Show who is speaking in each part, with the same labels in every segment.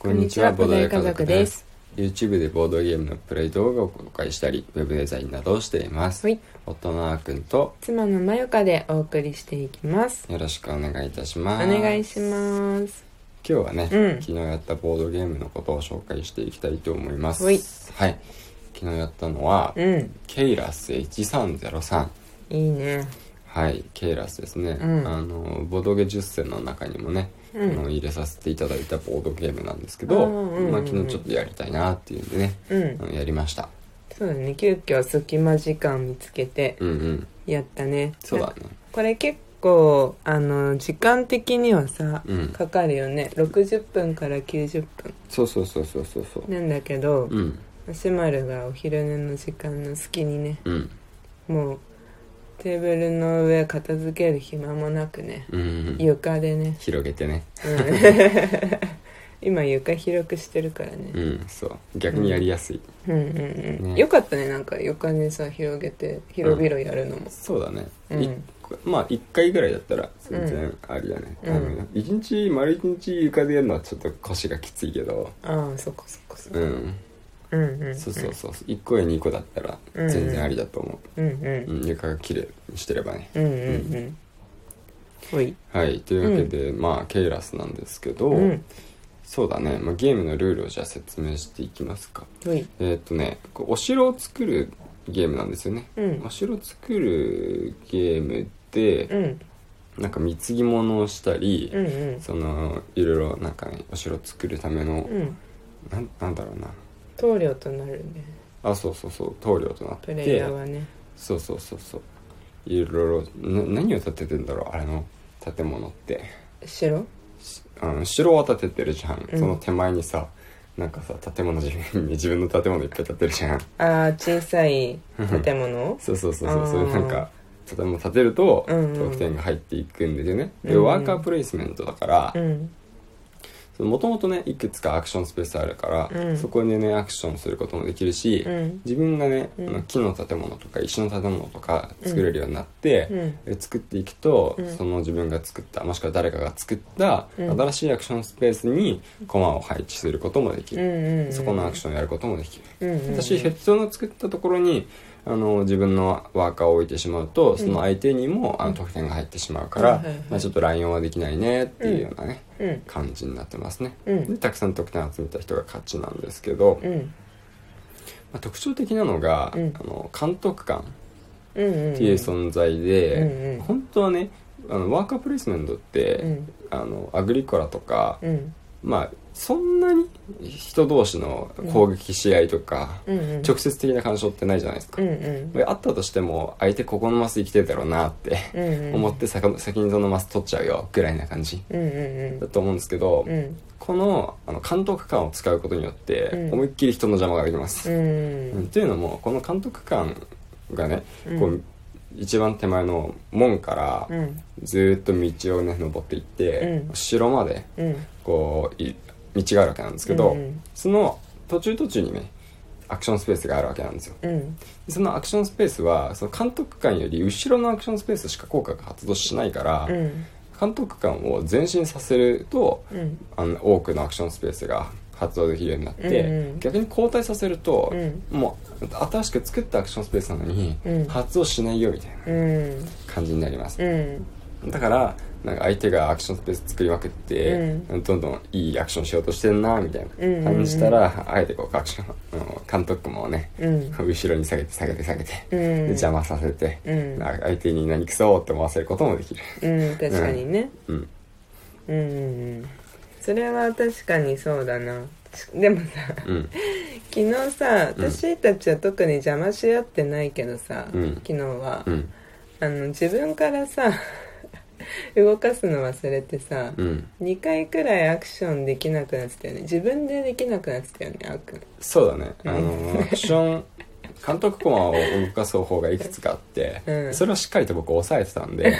Speaker 1: こんにちは、ボードゲーム家
Speaker 2: 家
Speaker 1: 族
Speaker 2: 族
Speaker 1: で
Speaker 2: ですす。
Speaker 1: YouTube でボードゲームのプレイ動画を公開したり、ウェブデザインなどをしています。
Speaker 2: はい
Speaker 1: 夫のあーくんと
Speaker 2: 妻のまゆかでお送りしていきます
Speaker 1: よろしくお願いいたし
Speaker 2: お
Speaker 1: ます。
Speaker 2: 願いし
Speaker 1: す。
Speaker 2: ます
Speaker 1: 今日はね、
Speaker 2: うん
Speaker 1: 昨日やったボードゲームのことを紹介していきたいと思います。
Speaker 2: はい
Speaker 1: はい。昨日やったのは、
Speaker 2: うん
Speaker 1: ケイラス1303。
Speaker 2: いいね
Speaker 1: はい、ケイラスですね、
Speaker 2: うん
Speaker 1: あのボードゲ10選の中にもね、
Speaker 2: うん
Speaker 1: あの入れさせていただいたボードゲームなんですけど、
Speaker 2: あーうんうんうん
Speaker 1: まあ、昨日ちょっとやりたいなっていうんでね、
Speaker 2: うん
Speaker 1: あのやりました
Speaker 2: そうだね急遽隙間時間見つけて
Speaker 1: うんうん
Speaker 2: やったね
Speaker 1: そうだね
Speaker 2: これ結構あの時間的にはさ、
Speaker 1: うん
Speaker 2: かかるよね60分から90分
Speaker 1: そうそうそうそうそうそう
Speaker 2: なんだけど、
Speaker 1: うん
Speaker 2: シマルがお昼寝の時間の隙にね
Speaker 1: うん
Speaker 2: もうテーブルの上片付ける暇もなくね
Speaker 1: うんうん
Speaker 2: 床でね、
Speaker 1: 広げてね
Speaker 2: うん 今床広くしてるからね、
Speaker 1: うんそう逆にやりやすい、
Speaker 2: うんうんうん
Speaker 1: ね
Speaker 2: よかったねなんか床にさ広げて広々やるのも、
Speaker 1: そうだね、
Speaker 2: うん
Speaker 1: いまあ1回ぐらいだったら全然ありだね、
Speaker 2: うん
Speaker 1: あの一日丸一日床でやるのはちょっと腰がきついけど
Speaker 2: ああそっかそっかそっか、
Speaker 1: うん
Speaker 2: うん、うんうん
Speaker 1: そうそうそう1個や2個だったら全然ありだと思う、
Speaker 2: うんうん
Speaker 1: うん、床が綺麗にしてればね
Speaker 2: うんうんうんほい
Speaker 1: はいというわけで、まあケイラスなんですけど、
Speaker 2: うん
Speaker 1: そうだね、まあ、ゲームのルールをじゃあ説明していきますか
Speaker 2: ほい
Speaker 1: えーっとねこうお城を作るゲームなんですよね、
Speaker 2: うん
Speaker 1: お城を作るゲームで、
Speaker 2: うん
Speaker 1: なんか貢ぎ物をしたり、
Speaker 2: うんうん
Speaker 1: そのいろいろなんかねお城を作るための、
Speaker 2: うん
Speaker 1: なんなんだろうな
Speaker 2: 棟梁となるね
Speaker 1: あそうそうそう棟梁となって
Speaker 2: プレイヤーはね
Speaker 1: そうそうそうそういろいろな何を建ててんだろうあれの建物って
Speaker 2: 白
Speaker 1: しあの城は建ててるじゃん、
Speaker 2: うん
Speaker 1: その手前にさなんかさ建物自分に自分の建物いっぱい建てるじゃん
Speaker 2: ああ小さい 建物
Speaker 1: そうそうそう
Speaker 2: あ
Speaker 1: そう
Speaker 2: ー
Speaker 1: それなんか建物建てると
Speaker 2: うんうん
Speaker 1: 得点が入っていくんですよね、で
Speaker 2: うん
Speaker 1: ワーカープレイスメントだから
Speaker 2: うん
Speaker 1: もともとねいくつかアクションスペースあるから、
Speaker 2: うん
Speaker 1: そこでねアクションすることもできるし、
Speaker 2: うん
Speaker 1: 自分がね、
Speaker 2: うん
Speaker 1: あの木の建物とか石の建物とか作れるようになって、
Speaker 2: うん
Speaker 1: で作っていくと、
Speaker 2: うん
Speaker 1: その自分が作ったもしくは誰かが作った
Speaker 2: うん
Speaker 1: 新しいアクションスペースにコマを配置することもでき
Speaker 2: うんう
Speaker 1: る、
Speaker 2: んうん
Speaker 1: そこのアクションをやることもできる、
Speaker 2: うんうんうん
Speaker 1: 私ヘッドの作ったところにあの自分のワーカーを置いてしまうとその相手にも、あの得点が入ってしまうから、
Speaker 2: はいはいはい
Speaker 1: まあ、ちょっと乱用はできないねっていうようなね、
Speaker 2: うん
Speaker 1: 感じになってますね、
Speaker 2: うん
Speaker 1: でたくさん得点集めた人が勝ちなんですけど、
Speaker 2: う
Speaker 1: ま
Speaker 2: ん
Speaker 1: あ、特徴的なのが、
Speaker 2: うん
Speaker 1: あの監督官
Speaker 2: うんうん
Speaker 1: っていう存在で、
Speaker 2: うんうん
Speaker 1: 本当はねあのワーカープレイスメントって、
Speaker 2: うん
Speaker 1: あのアグリコラとか、
Speaker 2: うん
Speaker 1: まあそんなに人同士の攻撃試合とか、
Speaker 2: うんうん
Speaker 1: 直接的な干渉ってないじゃないですか、
Speaker 2: うんうん
Speaker 1: であったとしても相手ここのマス生きてるだろうなって
Speaker 2: うんうん
Speaker 1: 思って先先にそのマス取っちゃうよぐらいな感じ
Speaker 2: うんうん
Speaker 1: だと思うんですけど、
Speaker 2: うんうん
Speaker 1: このあの監督官を使うことによって、
Speaker 2: うん
Speaker 1: 思いっきり人の邪魔ができます、
Speaker 2: うん
Speaker 1: うんというのもこの監督官がね、
Speaker 2: うん
Speaker 1: こう一番手前の門から
Speaker 2: うん
Speaker 1: ずーっと道をね登っていって、
Speaker 2: うん
Speaker 1: 城まで
Speaker 2: うん
Speaker 1: こうい道があるわけなんですけど、
Speaker 2: うんうん
Speaker 1: その途中途中にねアクションスペースがあるわけなんですよ
Speaker 2: うん
Speaker 1: そのアクションスペースはその監督官より後ろのアクションスペースしか効果が発動しないから、
Speaker 2: うん
Speaker 1: 監督官を前進させると、
Speaker 2: うん
Speaker 1: あの多くのアクションスペースが発動できるようになって、
Speaker 2: うんうん
Speaker 1: 逆に交代させると、
Speaker 2: うん
Speaker 1: もう新しく作ったアクションスペースなのに、
Speaker 2: うん
Speaker 1: 発動しないよみたいな
Speaker 2: うん
Speaker 1: 感じになります、
Speaker 2: うん
Speaker 1: だからなんか相手がアクションスペース作りまくって、
Speaker 2: う
Speaker 1: どんどんいいアクションしようとしてんなみたい
Speaker 2: うんうんう
Speaker 1: なん感じたら、あえてこうアクションあの監督もね、
Speaker 2: うん
Speaker 1: 後ろに下げて下げて下げて、
Speaker 2: うん
Speaker 1: で邪魔させて、
Speaker 2: うん
Speaker 1: な相手に何くそーって思わせることもできる、
Speaker 2: うん確かにね
Speaker 1: うん、
Speaker 2: うんうんうんそれは確かにそうだなでもさ
Speaker 1: うん
Speaker 2: 昨日さ
Speaker 1: うん
Speaker 2: 私たちは特に邪魔し合ってないけどさ
Speaker 1: うん
Speaker 2: 昨日は
Speaker 1: うん
Speaker 2: あの自分からさ 動かすの忘れてさ
Speaker 1: うん
Speaker 2: 2回くらいアクションできなくなってたよね自分でできなくなってたよねあーくん
Speaker 1: そうだね、
Speaker 2: うん
Speaker 1: あのアクション監督コマを動かす方法がいくつかあって、
Speaker 2: うん
Speaker 1: それをしっかりと僕抑えてたん で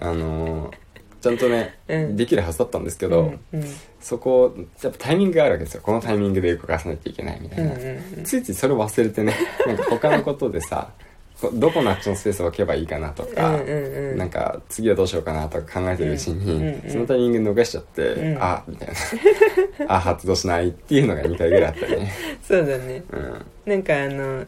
Speaker 1: あのちゃんとね、
Speaker 2: うん
Speaker 1: できるはずだったんですけど、
Speaker 2: うんうん
Speaker 1: そこをやっぱタイミングがあるわけですよこのタイミングで動かさないといけないみたいな、
Speaker 2: うんうんうん
Speaker 1: ついついそれを忘れてねなんか他のことでさこどこのアクションスペースを置けばいいかなとか、
Speaker 2: うんうんうん
Speaker 1: なんか次はどうしようかなとか考えてるうちに、
Speaker 2: うんうんうん
Speaker 1: そのタイミング逃しちゃって、
Speaker 2: うん
Speaker 1: あみたいな あ発動しないっていうのが2回ぐらいあったね
Speaker 2: そうだね
Speaker 1: うん
Speaker 2: なんかあの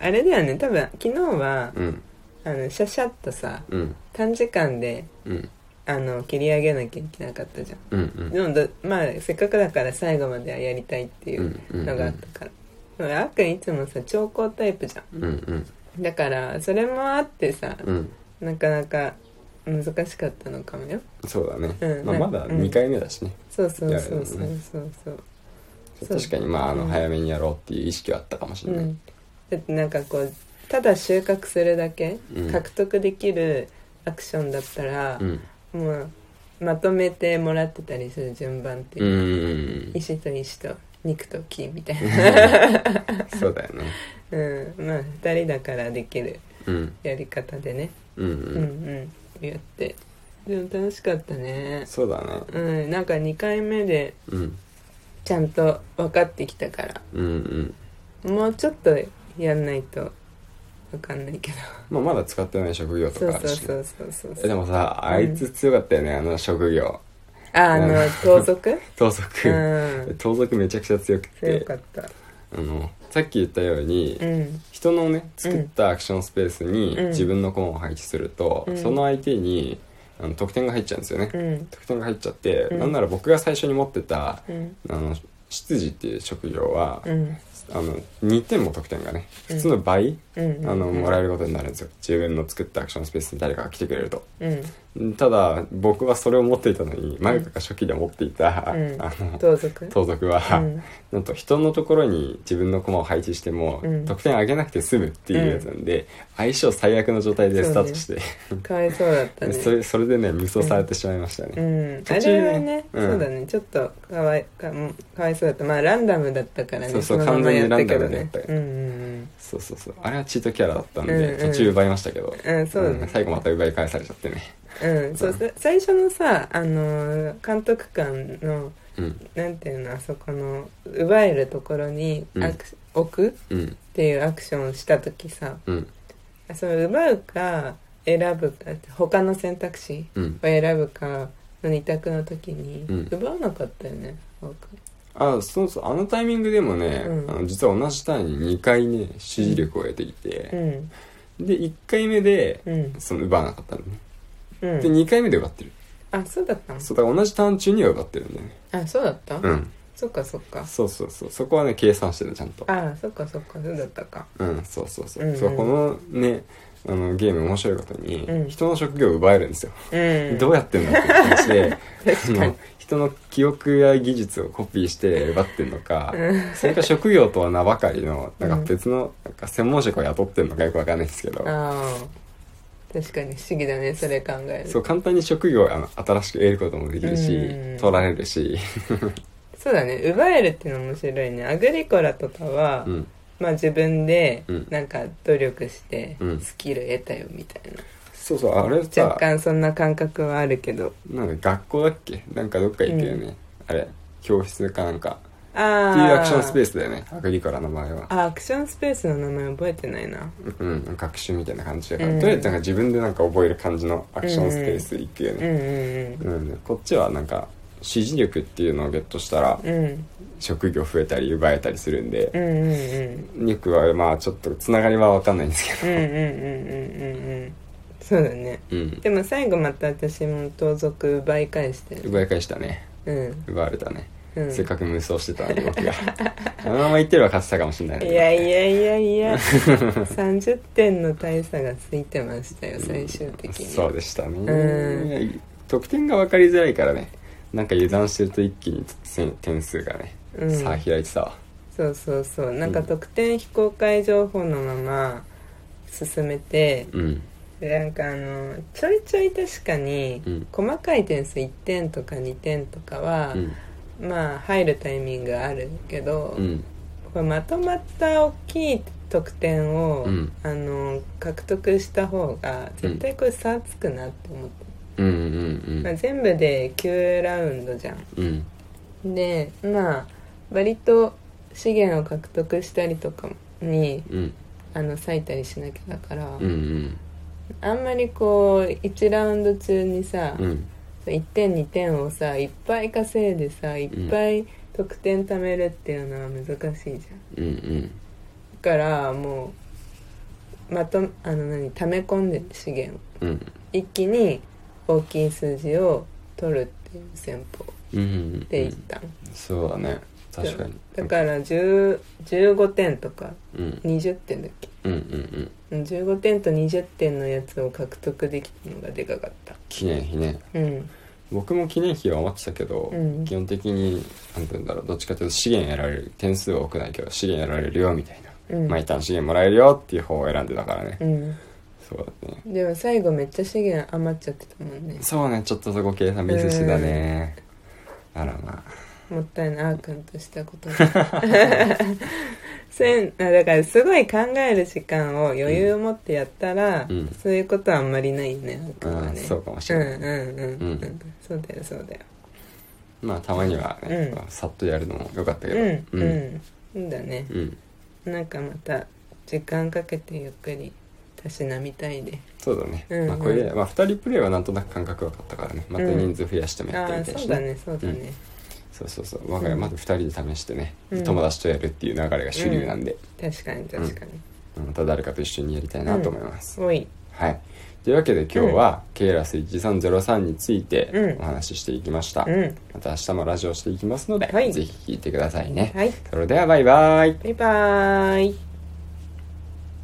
Speaker 2: あれだよね多分昨日は
Speaker 1: うん
Speaker 2: あのシャシャッとさ
Speaker 1: うん
Speaker 2: 短時間で
Speaker 1: うん
Speaker 2: あの切り上げなきゃいけなかったじゃん
Speaker 1: うんうん
Speaker 2: でもどまあせっかくだから最後まではやりたいっていうのがあったから、でもあっくんいつもさ長考タイプじゃ
Speaker 1: うんうん
Speaker 2: んだからそれもあってさ
Speaker 1: うん
Speaker 2: なかなか難しかったのかもよ
Speaker 1: そうだね、
Speaker 2: うん
Speaker 1: まあ、まだ
Speaker 2: うん
Speaker 1: 2回目だしね、
Speaker 2: そうそうそうそ
Speaker 1: やる
Speaker 2: うそうそうそう
Speaker 1: 確かにまああ
Speaker 2: う
Speaker 1: の
Speaker 2: ん
Speaker 1: 早めにやろうっていう意識はあったかもし
Speaker 2: う
Speaker 1: れない、
Speaker 2: ん、だってなんかこうただ収穫するだけ、
Speaker 1: うん
Speaker 2: 獲得できるアクションだったら
Speaker 1: う、ん、
Speaker 2: もうまとめてもらってたりする順番って
Speaker 1: う
Speaker 2: いう、
Speaker 1: ん
Speaker 2: 石と石と肉と木みたいな、
Speaker 1: そうだよね
Speaker 2: うん、まあ2人だからできる
Speaker 1: うん
Speaker 2: やり方でね、
Speaker 1: うんう、
Speaker 2: うんん、うんやってでも楽しかったね
Speaker 1: そうだね
Speaker 2: うんなんか2回目で
Speaker 1: うん
Speaker 2: ちゃんと分かってきたから
Speaker 1: うんうん
Speaker 2: もうちょっとやんないと分かんないけど
Speaker 1: まあまだ使ってない職業と
Speaker 2: そう
Speaker 1: かあ
Speaker 2: そ
Speaker 1: る
Speaker 2: う
Speaker 1: しね、
Speaker 2: そうそうそう
Speaker 1: えでもさあいつ強かったよね、あの職業
Speaker 2: ああの
Speaker 1: うん
Speaker 2: 盗 賊
Speaker 1: 盗
Speaker 2: う
Speaker 1: 賊、
Speaker 2: ん
Speaker 1: 盗賊めちゃくちゃ強く
Speaker 2: 強
Speaker 1: て
Speaker 2: かった
Speaker 1: あのさっき言ったように、
Speaker 2: うん
Speaker 1: 人のね作ったアクションスペースに
Speaker 2: うん
Speaker 1: 自分のコーンを配置すると、
Speaker 2: うん
Speaker 1: その相手にあの得点が入っちゃうんですよね、
Speaker 2: うん
Speaker 1: 得点が入っちゃって、
Speaker 2: うん
Speaker 1: なんなら僕が最初に持ってた
Speaker 2: うん
Speaker 1: あの執事っていう職業は、
Speaker 2: うん
Speaker 1: あの2点も得点がね
Speaker 2: うん
Speaker 1: 普通の倍、
Speaker 2: うん
Speaker 1: あのもらえることになるんですよ自分の作ったアクションスペースに誰かが来てくれると
Speaker 2: うん
Speaker 1: ただ僕はそれを持っていたのにマイカが初期で持っていた、
Speaker 2: うん
Speaker 1: あの
Speaker 2: 盗賊
Speaker 1: 盗賊は、
Speaker 2: うん
Speaker 1: なんと人のところに自分の駒を配置しても、
Speaker 2: うん
Speaker 1: 得点上げなくて済むっていうやつなんで、相性最悪の状態でスタートして
Speaker 2: かわいそうだっ
Speaker 1: そ,、
Speaker 2: たね
Speaker 1: れそれでね無双されてしまいましたね、
Speaker 2: うん、あ
Speaker 1: 途中ね
Speaker 2: れはね、
Speaker 1: うん
Speaker 2: そうだねちょっとかわいかもかわいそうだったまあランダムだったからね
Speaker 1: そうそう
Speaker 2: のままやったけど
Speaker 1: 完全にランダムでや
Speaker 2: ね
Speaker 1: ったよ
Speaker 2: うんうん
Speaker 1: そうそうそうあれはチートキャラだったんで、
Speaker 2: うんうん
Speaker 1: 途中奪いましたけど、
Speaker 2: うんうんそうだ
Speaker 1: うん
Speaker 2: ね、
Speaker 1: 最後また奪い返されちゃってね
Speaker 2: うん、そうさ最初のさあのー監督官の
Speaker 1: うん
Speaker 2: なんていうのあそこの奪えるところに
Speaker 1: うん
Speaker 2: アクシ置くっ
Speaker 1: うん
Speaker 2: ていうアクションをした時さ
Speaker 1: うん
Speaker 2: その奪うか選ぶか他の選択肢
Speaker 1: うん
Speaker 2: を選ぶかの二択の時に、
Speaker 1: うん
Speaker 2: 奪わなかったよね僕
Speaker 1: あそうそうあのタイミングでもね、
Speaker 2: うん
Speaker 1: あの実は同じターンに2回ね支持力を得ていて、
Speaker 2: うん
Speaker 1: で1回目で
Speaker 2: うん
Speaker 1: その奪わなかったのね、
Speaker 2: うん
Speaker 1: で2回目で奪ってる
Speaker 2: あそうだったの
Speaker 1: そうだから同じターン中には奪ってるんだよね
Speaker 2: あそうだった、
Speaker 1: うん
Speaker 2: そっかそっか
Speaker 1: そうそうそうそこはね計算してるちゃんと
Speaker 2: あそっかそっかそうだったか
Speaker 1: うんそうそうそう,、
Speaker 2: うんうん
Speaker 1: そうこのねあのゲーム面白いことに、
Speaker 2: うん
Speaker 1: 人の職業を奪えるんですよ、
Speaker 2: うん
Speaker 1: どうやってんのって話であ
Speaker 2: 確かに
Speaker 1: の人の記憶や技術をコピーして奪ってんのか、
Speaker 2: うん
Speaker 1: それか職業とは名ばかりのなんか
Speaker 2: うん
Speaker 1: 別のなんか専門職を雇ってんのかよくわかんないですけど、
Speaker 2: ああ確かに不思議だねそれ考える
Speaker 1: そう
Speaker 2: と
Speaker 1: 簡単に職業をあの新しく得ることもできるし、
Speaker 2: うん
Speaker 1: 取られるし、
Speaker 2: そうだね奪えるっていうの面白いねアグリコラとかは、
Speaker 1: うん、
Speaker 2: まあ自分で
Speaker 1: うん
Speaker 2: なんか努力して
Speaker 1: うん
Speaker 2: スキル得たよみたいな、
Speaker 1: そうそうあれさ
Speaker 2: 若干そんな感覚はあるけど
Speaker 1: なんか学校だっけなんかどっか行ったよね、あれ教室かなんかっ
Speaker 2: ああ
Speaker 1: ていうアクションスペー
Speaker 2: ス
Speaker 1: スだよねアグリコラの場合は
Speaker 2: あアクションスペースの名前覚えてないな
Speaker 1: うん学習みたいな感じだから、
Speaker 2: うん
Speaker 1: とりあえずなんか自分でなんか覚える感じのアクションスペース行くよ
Speaker 2: うん
Speaker 1: ね、
Speaker 2: うん
Speaker 1: うんこっちはなんか支持力っていうのをゲットしたら
Speaker 2: うんうん
Speaker 1: 職業増えたり奪えたりするん
Speaker 2: う
Speaker 1: で、
Speaker 2: んうんうん
Speaker 1: 肉はまあちょっとつながりは分かんないんです
Speaker 2: う
Speaker 1: けど
Speaker 2: んうんうんうんうんうんそうだね
Speaker 1: うん
Speaker 2: でも最後また私も盗賊奪い返してる
Speaker 1: 奪い返したね
Speaker 2: うん
Speaker 1: 奪われたね、
Speaker 2: うん
Speaker 1: せっかく無双してたのに僕があのまま言ってれば勝ってたかもしれないんだけど
Speaker 2: いやいやいやいや30点の大差がついてましたよ最終的に
Speaker 1: そうでしたね、
Speaker 2: うん
Speaker 1: いやい得点が分かりづらいからねなんか油断してると一気に点点数がね、
Speaker 2: うん
Speaker 1: さあ開いてたわ
Speaker 2: そうそうそうなんか得点非公開情報のまま進めて
Speaker 1: うん
Speaker 2: でなんかあのちょいちょい確かに
Speaker 1: うん
Speaker 2: 細かい点数1点とか2点とかは
Speaker 1: う、ん
Speaker 2: まあ入るタイミングがあるけど、
Speaker 1: うん
Speaker 2: これまとまった大きい得点を、
Speaker 1: うん
Speaker 2: あの獲得した方が絶対これ差つくなって思って、
Speaker 1: うんうんう
Speaker 2: まあ、
Speaker 1: ん
Speaker 2: 全部で9ラウンドじゃ
Speaker 1: うん
Speaker 2: んでまあ割と資源を獲得したりとかに
Speaker 1: うん
Speaker 2: あの割いたりしなきゃだから、
Speaker 1: うん
Speaker 2: あんまりこう1ラウンド中にさ、
Speaker 1: うんうん
Speaker 2: 1点2点をさいっぱい稼いでさいっぱい得点貯めるっていうのは難しいじゃんだ
Speaker 1: うんうん
Speaker 2: からもうまとあの何溜め込んでて資源を
Speaker 1: うん
Speaker 2: 一気に大きい数字を取るっていう戦法
Speaker 1: うん
Speaker 2: でいったん、
Speaker 1: そうだね確かに
Speaker 2: だから10 15点とか
Speaker 1: うん
Speaker 2: 20点だっけ
Speaker 1: うんうんうん
Speaker 2: うん15点と20点のやつを獲得できたのがでかかった
Speaker 1: 記念碑ね
Speaker 2: うん
Speaker 1: 僕も記念碑は余ってたけど、
Speaker 2: うん
Speaker 1: 基本的に何て言うんだろうどっちかというと資源得られる点数は多くないけど資源得られるよみたいな、
Speaker 2: うん
Speaker 1: 毎ターン資源もらえるよっていう方を選んでたからね、
Speaker 2: うん
Speaker 1: そうだね
Speaker 2: でも最後めっちゃ資源余っちゃってたもんね
Speaker 1: そうねちょっとそこ計算ミスしてたね、あらま
Speaker 2: もったいないあーくんとしたこと がせんあだからすごい考える時間を余裕を持ってやったら、
Speaker 1: うん
Speaker 2: そういうことはあんまりないよねあ
Speaker 1: あ、
Speaker 2: ーくんは
Speaker 1: あ
Speaker 2: ね
Speaker 1: そうかもし
Speaker 2: うん
Speaker 1: れ
Speaker 2: う
Speaker 1: ない、
Speaker 2: んうんうん、
Speaker 1: うん
Speaker 2: そうだよそうだよ
Speaker 1: まあたまにはね、
Speaker 2: うん
Speaker 1: さっとやるのもよかったけど
Speaker 2: うん
Speaker 1: う
Speaker 2: うんん、そうだね
Speaker 1: うん
Speaker 2: なんかまた時間かけてゆっくりたしなみたいで
Speaker 1: そうだね、
Speaker 2: うんうん
Speaker 1: まあこれで、まあ、2人プレイはなんとなく感覚分かったからねまた人数増やしてもや
Speaker 2: あ
Speaker 1: って
Speaker 2: あ
Speaker 1: みたい
Speaker 2: ー
Speaker 1: し
Speaker 2: そう
Speaker 1: ね、
Speaker 2: だねそうだね、
Speaker 1: そうそうそう我が家まず2人で試してね、
Speaker 2: うん
Speaker 1: 友達とやるっていう流れが主流なんで、
Speaker 2: 確かに確かに、
Speaker 1: また誰かと一緒にやりたいなと思います、
Speaker 2: すごい
Speaker 1: はいというわけで今日は、ケイラス1303について
Speaker 2: うん
Speaker 1: お話ししていきました、
Speaker 2: うん
Speaker 1: また明日もラジオしていきますので、
Speaker 2: はい
Speaker 1: ぜひ聞いてくださいね、
Speaker 2: はい
Speaker 1: それではバイバイ
Speaker 2: バイバーイ